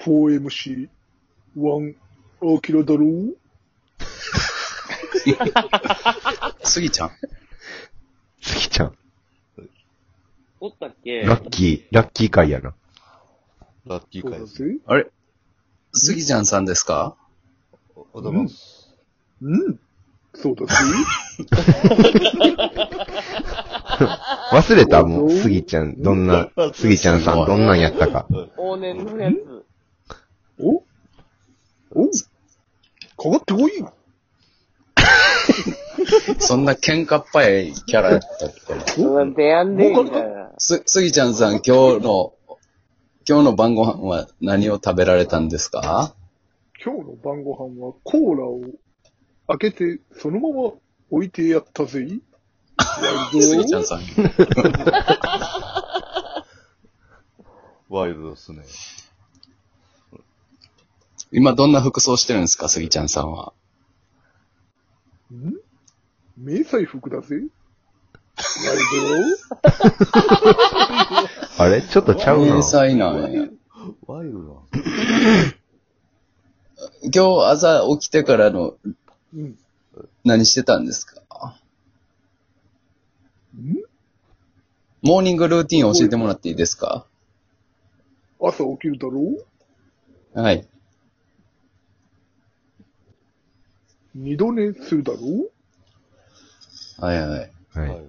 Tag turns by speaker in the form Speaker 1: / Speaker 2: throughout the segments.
Speaker 1: 4MC1 アキラだろう
Speaker 2: スギちゃん。
Speaker 3: スギちゃん。
Speaker 4: おったっけ
Speaker 3: ラッキー、ラッキー会やな。
Speaker 5: ラッキ
Speaker 1: そ
Speaker 5: ー
Speaker 1: うだ
Speaker 5: 会です。
Speaker 1: ぜ。
Speaker 2: あれスギちゃんさんですか
Speaker 5: おどまん。
Speaker 1: うん。そう だぜ。
Speaker 3: 忘れたもう、スギちゃん、どんな、スギちゃんさん、どんなんやったか。
Speaker 4: 往年のやつ。
Speaker 1: おおかかってこい
Speaker 2: そんな喧嘩っ早いキャラやったっけな。
Speaker 4: そんな出やんでえみたいな。
Speaker 2: す、すぎちゃんさん、今日の、今日の晩ご飯は何を食べられたんですか
Speaker 1: 今日の晩ご飯はコーラを開けて、そのまま置いてやったぜ。
Speaker 2: すぎちゃんさん。
Speaker 5: ワイルドですね。
Speaker 2: 今どんな服装してるんですか、すぎちゃんさんは。
Speaker 1: ん迷彩服だぜ。やるぞ。
Speaker 3: あれちょっとちゃうな
Speaker 2: 迷。彩なんや。
Speaker 5: ワイルド
Speaker 2: 今日朝起きてからの
Speaker 1: うん。
Speaker 2: 何してたんですか
Speaker 1: ん
Speaker 2: モーニングルーティンを教えてもらっていいですか
Speaker 1: 朝起きるだろう
Speaker 2: はい。
Speaker 1: 二度寝するだろう
Speaker 2: はいはい。
Speaker 5: な
Speaker 3: は
Speaker 5: ん。
Speaker 3: い。
Speaker 5: い。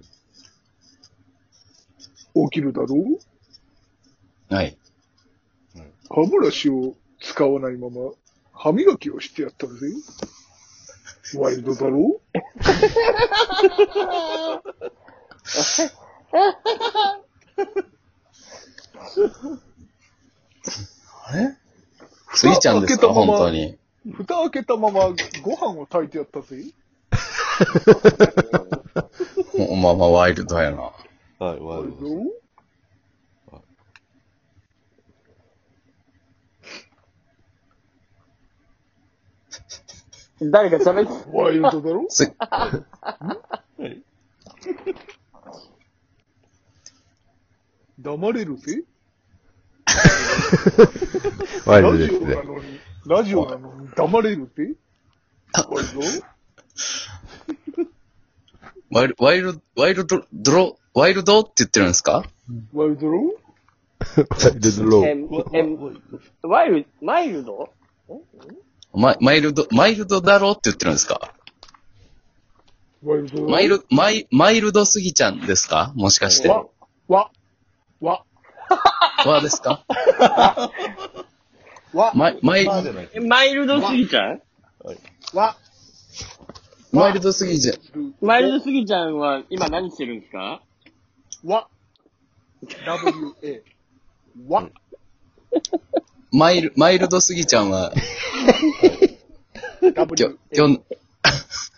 Speaker 1: 起きるだろう
Speaker 2: はい。
Speaker 1: 歯ブラシを使わないまま歯磨きをしてやったぜ。ワイルドだろう
Speaker 2: スギちゃんですか、本当に。
Speaker 1: 蓋開けたままご飯を炊いてやったぜ。
Speaker 2: ほんままワイルドやな。
Speaker 5: はい、
Speaker 1: ワ
Speaker 5: ワイ
Speaker 1: イ
Speaker 5: ル
Speaker 1: ル
Speaker 5: ドです。
Speaker 1: ド
Speaker 4: 誰か喋って、
Speaker 1: ワイルドだろ
Speaker 2: す、
Speaker 1: 黙れるぜ。
Speaker 3: ワイル
Speaker 1: ラ
Speaker 3: ド
Speaker 1: ジ
Speaker 3: です
Speaker 1: オ
Speaker 3: ね
Speaker 1: な。のに、ラジオなのに黙れるぜ。ワイルド
Speaker 2: ワイル、ワイル、ワイルド、ドロ、ワイルドって言ってるんですか
Speaker 1: ワイルドだろ
Speaker 3: ワイルドロ
Speaker 4: え
Speaker 3: ー。
Speaker 4: ん
Speaker 5: ワ
Speaker 4: えん
Speaker 5: ワイ
Speaker 4: ワイ
Speaker 5: ル
Speaker 4: ル、マイルド
Speaker 2: マイマイルド、マイルドだろって言ってるんですか
Speaker 1: ワイルドだろ
Speaker 2: マイル、マイ、マイルドすぎちゃんですかもしかして。
Speaker 1: わ、わ、わ、
Speaker 2: わですか
Speaker 1: わ、
Speaker 2: マイ、マイ、
Speaker 5: ドじゃない。
Speaker 4: えマイルドすぎちゃん
Speaker 1: わ、
Speaker 2: マイルドすぎちゃん。
Speaker 4: マイルドすぎちゃんは今何してるんですか
Speaker 1: わ、WA。わ、
Speaker 2: マイル、マイルドすぎちゃんは、きょ
Speaker 1: WA。、
Speaker 2: きょん、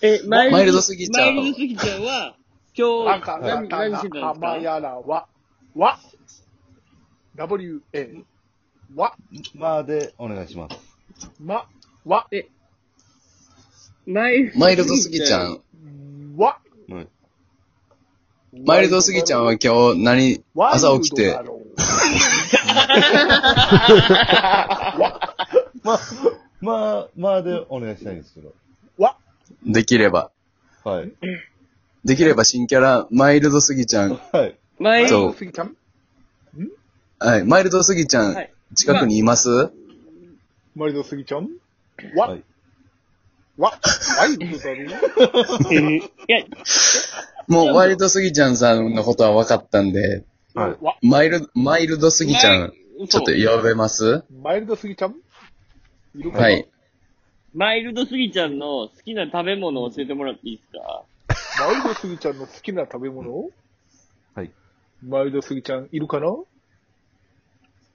Speaker 4: え、マ
Speaker 2: マイルドすぎちゃん
Speaker 4: マイルドすぎちゃんは、今
Speaker 1: あ
Speaker 4: 日
Speaker 1: か、んあ
Speaker 4: 何、
Speaker 1: かん
Speaker 4: 何
Speaker 1: あ
Speaker 4: して
Speaker 1: か
Speaker 4: たん
Speaker 1: ん
Speaker 4: ですか
Speaker 1: 浜やらわ、わ、WA。わ、
Speaker 5: まあで、お願いします。
Speaker 1: ま、わ、
Speaker 4: マイル
Speaker 2: マイルドすぎちゃ
Speaker 4: ん。
Speaker 2: ん。
Speaker 1: わ、
Speaker 5: はい。
Speaker 2: マイルドすぎちゃんは今日何、
Speaker 1: ワイルドだ
Speaker 2: 朝
Speaker 1: ろう
Speaker 2: 起きて、。
Speaker 5: まあ、まあ、まあで、お願いしたいんですけど。
Speaker 1: わ、
Speaker 2: できれば、
Speaker 5: はい。
Speaker 2: できれば新キャラ、マイルドすぎちゃん。
Speaker 5: はい。
Speaker 4: マ
Speaker 1: ワ
Speaker 4: イ
Speaker 1: イ
Speaker 4: ル
Speaker 1: ル
Speaker 2: そう
Speaker 1: ドすぎちゃん
Speaker 2: はい、マイルドすぎちゃん
Speaker 4: はい、
Speaker 2: 近くにいます、
Speaker 1: マイルドすぎちゃん
Speaker 5: は
Speaker 1: わ
Speaker 5: い、。
Speaker 1: わ、ワイルドだろう
Speaker 4: いや、
Speaker 2: もうワイルドすぎちゃんさんのことは分かったんで、
Speaker 5: はい。
Speaker 1: わ、
Speaker 2: マイル、マイルドすぎちゃん、
Speaker 4: そう
Speaker 2: ちょっと呼べます
Speaker 1: マイルドすぎちゃんいるかな
Speaker 2: は。い。
Speaker 4: マイルドすぎちゃんの好きな食べ物を教えてもらっていいですか
Speaker 1: マイルドすぎちゃんの好きな食べ物
Speaker 5: はい。
Speaker 1: マイルドすぎちゃんいるかな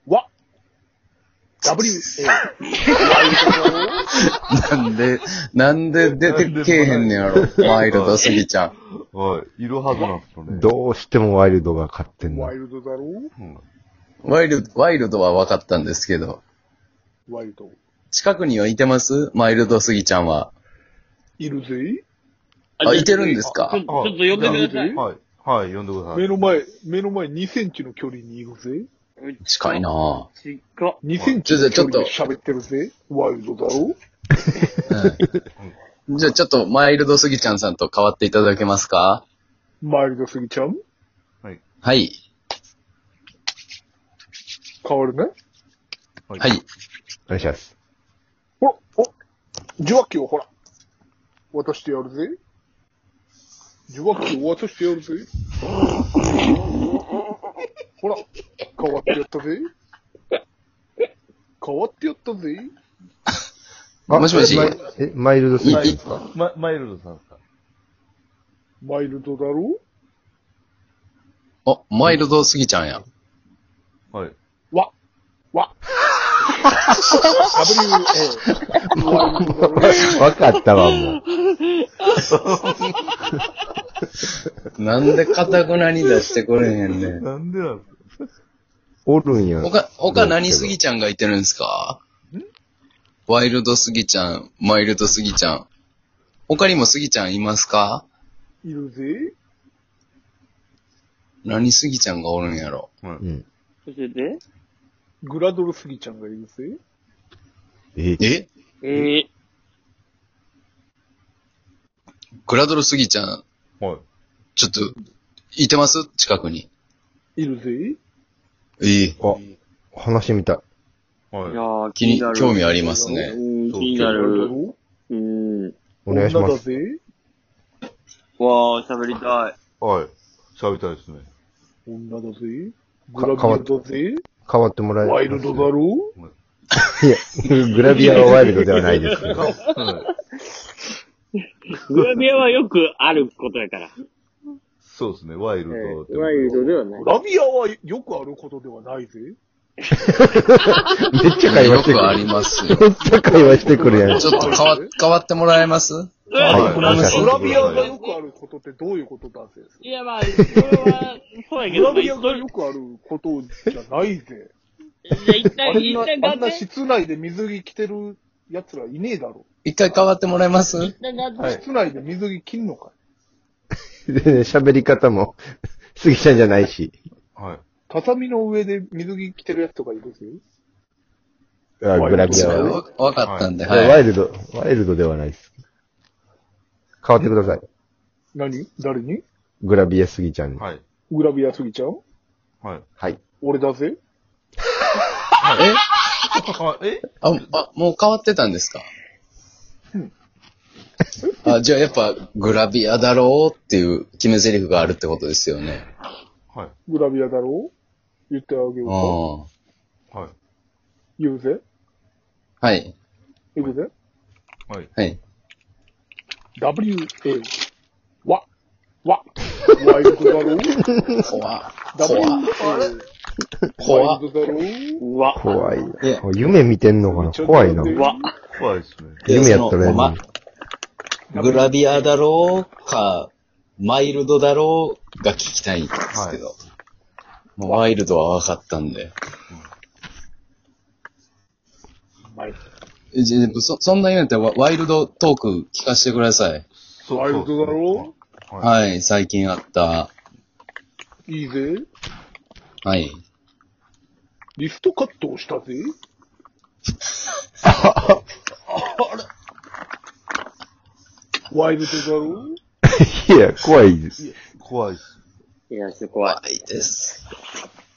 Speaker 1: わ !W!
Speaker 2: なんで、なんで出てけえへんねやろ、マイルドすぎちゃん。
Speaker 5: はい。いるはずなんですよね。
Speaker 3: どうしてもワイルドが勝ってんの
Speaker 1: ワイ。ルドだろう
Speaker 5: うん
Speaker 2: ワイルド、ワイルドは分かったんですけど、
Speaker 1: ワイルド。
Speaker 2: 近くにはいてますマイルドすぎちゃんは。
Speaker 1: いるぜ
Speaker 2: あ、いてるんです
Speaker 4: ちょ
Speaker 2: か
Speaker 4: ちょっと呼んでください。
Speaker 5: はい。はい、呼んでくださ
Speaker 1: 目
Speaker 5: い。
Speaker 1: の前、目の前2センチの距離にいるぜ
Speaker 2: 近いなぁ。
Speaker 4: ちっか。
Speaker 1: 2センチの距離で喋ってるぜ。ワイルドだろ
Speaker 2: うんじゃあちょっとマイルドすぎちゃんさんと変わっていただけますか
Speaker 1: マイルドすぎちゃん
Speaker 2: はい。
Speaker 1: 変わるね。
Speaker 2: はい。
Speaker 3: お願いします。
Speaker 1: ほら、お受話器をほら。渡してやるぜ。受話器を渡してやるぜ。ほら、変わってやったぜ。変わってやったぜ。
Speaker 3: あ
Speaker 2: もしもし
Speaker 3: マイえ、マイルドスイ
Speaker 2: い
Speaker 3: ッ
Speaker 2: い
Speaker 3: チ
Speaker 5: ま、マイルドさんですか
Speaker 1: マイルドだろ
Speaker 2: あ、マイルドすぎちゃんや。
Speaker 5: はい。
Speaker 1: わ、わ。W, A, ワイルドだろ
Speaker 3: わかったわ、もう。
Speaker 2: なんでかたくなに出してこれへんねん。
Speaker 5: なんでなんですか
Speaker 3: おるんや。
Speaker 2: 他、他何すぎちゃんがいてるんですかワイルドすぎちゃん、マイルドすぎちゃん。他にもすぎちゃんいますか
Speaker 1: いるぜ。
Speaker 2: 何すぎちゃんがおるんやろ。
Speaker 3: うん。
Speaker 4: 教えて。
Speaker 1: グラドルスギちゃんがいるぜ。
Speaker 3: え、
Speaker 2: え
Speaker 4: ええ
Speaker 2: グラドルすぎちゃん、
Speaker 5: はい。
Speaker 2: ちょっと、いてます近くに。
Speaker 1: いるぜ。
Speaker 2: ええ。
Speaker 3: あ、話してみたい。
Speaker 5: はいい。
Speaker 4: やー、
Speaker 2: 気に、興味あります
Speaker 4: う
Speaker 2: ね。
Speaker 4: ん、
Speaker 5: そ
Speaker 4: 気
Speaker 5: う
Speaker 4: にな
Speaker 1: ワイルドだ
Speaker 4: る。
Speaker 1: ろ
Speaker 4: うん。
Speaker 3: お願いしま
Speaker 1: 女だ
Speaker 3: す。
Speaker 1: ぜ。
Speaker 4: わー、喋りたい。
Speaker 5: はい。喋りたいですね。
Speaker 1: 女だぜ。グラビアだぜ。
Speaker 3: 変わってもらえ
Speaker 1: ワイルドだろ
Speaker 3: いや、グラビアはワイルドではないですけど。
Speaker 5: はい。
Speaker 4: グラビアはよくあること やから。
Speaker 5: そうですね、ワイルドって。
Speaker 4: ワイルドではない
Speaker 1: グ。ラビアはよくあることではないぜ。
Speaker 3: めっちゃ会話
Speaker 2: よ
Speaker 3: してく
Speaker 2: くあ
Speaker 3: る。
Speaker 2: りますよ。
Speaker 3: めっちゃ会話してくるやん。
Speaker 2: ちょっと変わ、変わってもらえます
Speaker 3: はい
Speaker 1: グ
Speaker 3: お願いします
Speaker 1: ラビアがよくあることってどういうことだぜ。
Speaker 4: いや、まあ、それは、そうやけ
Speaker 1: グ
Speaker 4: ど、
Speaker 1: ラ
Speaker 4: まあ、
Speaker 1: ビ
Speaker 4: じゃ
Speaker 1: アがよくあることじゃないぜ。
Speaker 4: あ一
Speaker 1: あ
Speaker 4: 旦、
Speaker 1: ん
Speaker 4: 一
Speaker 1: な、
Speaker 4: 旦
Speaker 1: あ
Speaker 4: ガ
Speaker 1: んな
Speaker 4: ッツン、
Speaker 1: 室内で水着着てる奴らいねえだろ。
Speaker 2: 一回変わってもらえます
Speaker 4: 一旦ガッツン
Speaker 1: 室内で水着着んのかい
Speaker 3: 全然 喋り方も、 すぎちゃんじゃないし。
Speaker 5: はい。
Speaker 1: 畳の上で水着着てる奴とかいるぜ。
Speaker 3: あグラビア
Speaker 2: それ
Speaker 3: はね
Speaker 2: わわかったんで、
Speaker 3: ワ
Speaker 2: はい。
Speaker 3: イルド、ワイルドではないです。変わってください。
Speaker 1: 何誰に
Speaker 3: グラビアすぎちゃんに。
Speaker 5: はい。
Speaker 1: グラビアすぎちゃう
Speaker 5: はい。
Speaker 3: はい。
Speaker 1: 俺だぜ。
Speaker 5: あ、え
Speaker 2: あ、あ、もう変わってたんですかあ、じゃあやっぱグラビアだろうっていう決め台詞があるってことですよね。
Speaker 5: はい。
Speaker 1: グラビアだろ言ってあげよ
Speaker 2: うん
Speaker 1: うか。。
Speaker 5: はい。
Speaker 1: 言うぜ。
Speaker 2: はい。
Speaker 1: 行くぜ。
Speaker 5: はい。
Speaker 2: はい。
Speaker 1: W, A, わ、わ、ワイルドだろ
Speaker 2: 怖
Speaker 1: ?W, A, ワ
Speaker 2: 怖怖
Speaker 1: イルドだろ
Speaker 4: うわ、
Speaker 3: 怖いな
Speaker 2: え。
Speaker 3: 夢見てんのかな怖いな。
Speaker 1: めっちゃ
Speaker 4: わ、
Speaker 5: 怖いですね。
Speaker 3: 夢やったらや
Speaker 2: いやそ
Speaker 3: る
Speaker 2: の
Speaker 3: の
Speaker 2: まグラビアだろうか、マイルドだろうが聞きたいんですけど。もうワイルドは分かったんで。
Speaker 1: ワイ
Speaker 2: えじゃそそんな言うんやったらワワイルドトーク聞かせてください。
Speaker 5: そう
Speaker 1: ワイルドだろ
Speaker 5: はい。
Speaker 2: はい、最近あった。
Speaker 1: いいぜ。
Speaker 2: はい。
Speaker 1: リストカットをしたぜ。ワイルドだろ
Speaker 3: いや、怖いです。
Speaker 5: 怖いっす。
Speaker 4: いや、すごい。
Speaker 2: いです。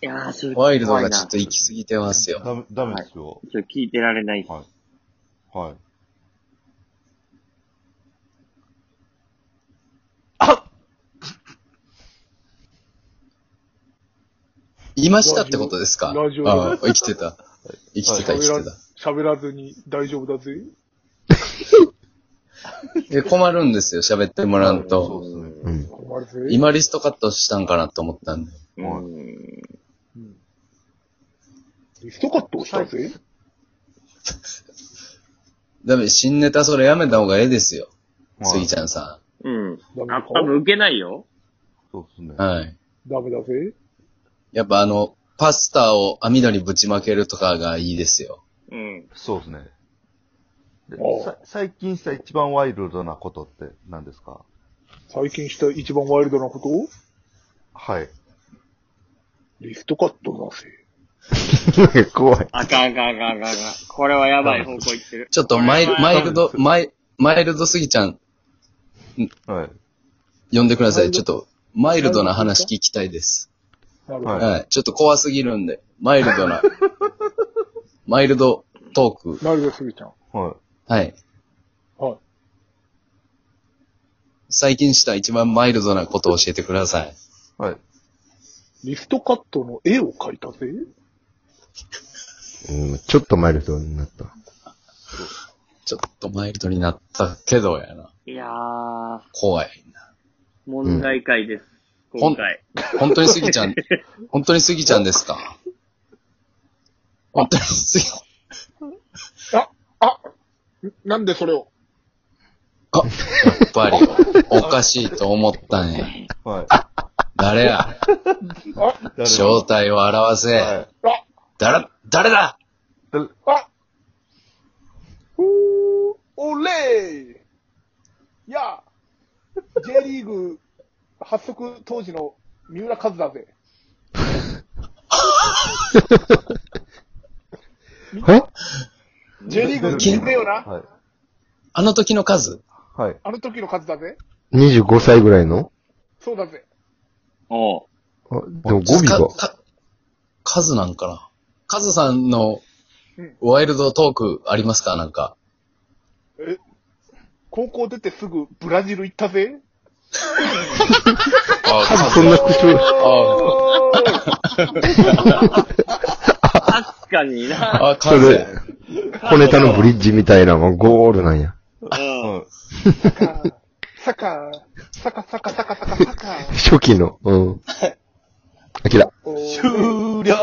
Speaker 4: いやー、それ
Speaker 2: ワイルドがちょっ
Speaker 4: 怖
Speaker 2: と
Speaker 4: い
Speaker 2: 行き過ぎてますよ。
Speaker 5: ダメ、ダメですよ。
Speaker 4: なちょっと聞いてられない。
Speaker 5: はいはい。
Speaker 2: いましたってことですか
Speaker 1: ラジオラジオ
Speaker 2: ああ生きてた。生きてた、生き
Speaker 1: 喋ら
Speaker 2: てた。
Speaker 1: 喋らずに大丈夫だぜ。
Speaker 2: え困るんですよ、喋ってもらう
Speaker 5: そ
Speaker 2: と。
Speaker 5: うですね。
Speaker 3: うん。
Speaker 1: 困るぜ。
Speaker 2: 今リストカットしたんかなと思ったんで。
Speaker 4: うん。
Speaker 1: リストカットをしたぜ。
Speaker 2: だめ、新ネタそれやめた方がええですよ。
Speaker 5: はい
Speaker 2: スギちゃんさ
Speaker 4: うん。
Speaker 1: ダメ
Speaker 4: あ、
Speaker 1: か
Speaker 4: 多分受けないよ。
Speaker 5: そうで
Speaker 2: ん。。
Speaker 5: すね
Speaker 2: はい。
Speaker 1: ダメだぜ。
Speaker 2: やっぱあの、パスタを網戸にぶちまけるとかがいいですよ。
Speaker 4: うん。
Speaker 5: そうですね。で
Speaker 1: おう
Speaker 5: さ最近した一番ワイルドなことって何ですか
Speaker 1: 最近した一番ワイルドなこと
Speaker 5: はい。
Speaker 1: リストカットだぜ。
Speaker 3: なんか 怖い。
Speaker 4: あかんあかんあかんあかんあかん。これはやばい方向行ってる。
Speaker 2: ちょっとマイマイルド、マイ、マイルドすぎちゃん、
Speaker 5: はい。
Speaker 2: 呼んでくださ
Speaker 1: マイルド
Speaker 2: い。ちょっと、マイルドな話聞きたいです。
Speaker 1: なるほ
Speaker 5: は
Speaker 1: ど。
Speaker 5: い
Speaker 2: はい。ちょっと怖すぎるんで、マイルド な、マイルドトーク。
Speaker 1: マイルドすぎちゃん。
Speaker 5: は
Speaker 2: はい。
Speaker 1: はい。
Speaker 2: 最近した一番マイルドなことを教えてください。
Speaker 5: い。はい。
Speaker 1: リストカットの絵を描いたぜ。
Speaker 3: うん、ちょっとマイルドになった。
Speaker 2: ちょっとマイルドになったけどやな。
Speaker 4: いやー、
Speaker 2: 怖いな。
Speaker 4: 問題解です。
Speaker 2: ん
Speaker 4: 今回。
Speaker 2: 本当にスギ ちゃん、本当にスギちゃんですか本当にスギ、
Speaker 1: あ、あ、なんでそれを。
Speaker 2: あ、やっぱり、おかしいと思ったね。
Speaker 5: はい。
Speaker 2: 誰や
Speaker 1: あ、
Speaker 5: 誰
Speaker 2: 正体を表せ。
Speaker 5: はい。
Speaker 1: あ、
Speaker 2: だら、誰だ
Speaker 5: 誰
Speaker 1: あ、ふー、おれーやあ、J リーグ、発足当時の三浦和だぜ。
Speaker 3: え
Speaker 1: J リーグ聞いてよ な。
Speaker 5: はい。
Speaker 2: あの時の数
Speaker 5: はい。
Speaker 1: あの時の和だぜ。
Speaker 3: ?25 歳ぐらいの
Speaker 1: そうだぜ。
Speaker 4: おう
Speaker 3: あ、でも語尾
Speaker 2: か。
Speaker 3: が
Speaker 2: か数なんかな数さんの
Speaker 1: うん
Speaker 2: ワイルドトークありますかなんか。
Speaker 1: え、高校出てすぐブラジル行ったぜ。
Speaker 2: あ
Speaker 3: そんな口調。
Speaker 1: おー
Speaker 4: 確かにな。
Speaker 2: あ、
Speaker 3: そ
Speaker 2: 数
Speaker 3: れ。、小ネタのブリッジみたいなのがゴールなんや。
Speaker 4: うん。
Speaker 1: サッカー、サッカー、サッカー、サッカー、サッカー、サッカー。
Speaker 3: 初期の。うん。あきら。
Speaker 1: おー
Speaker 5: 終了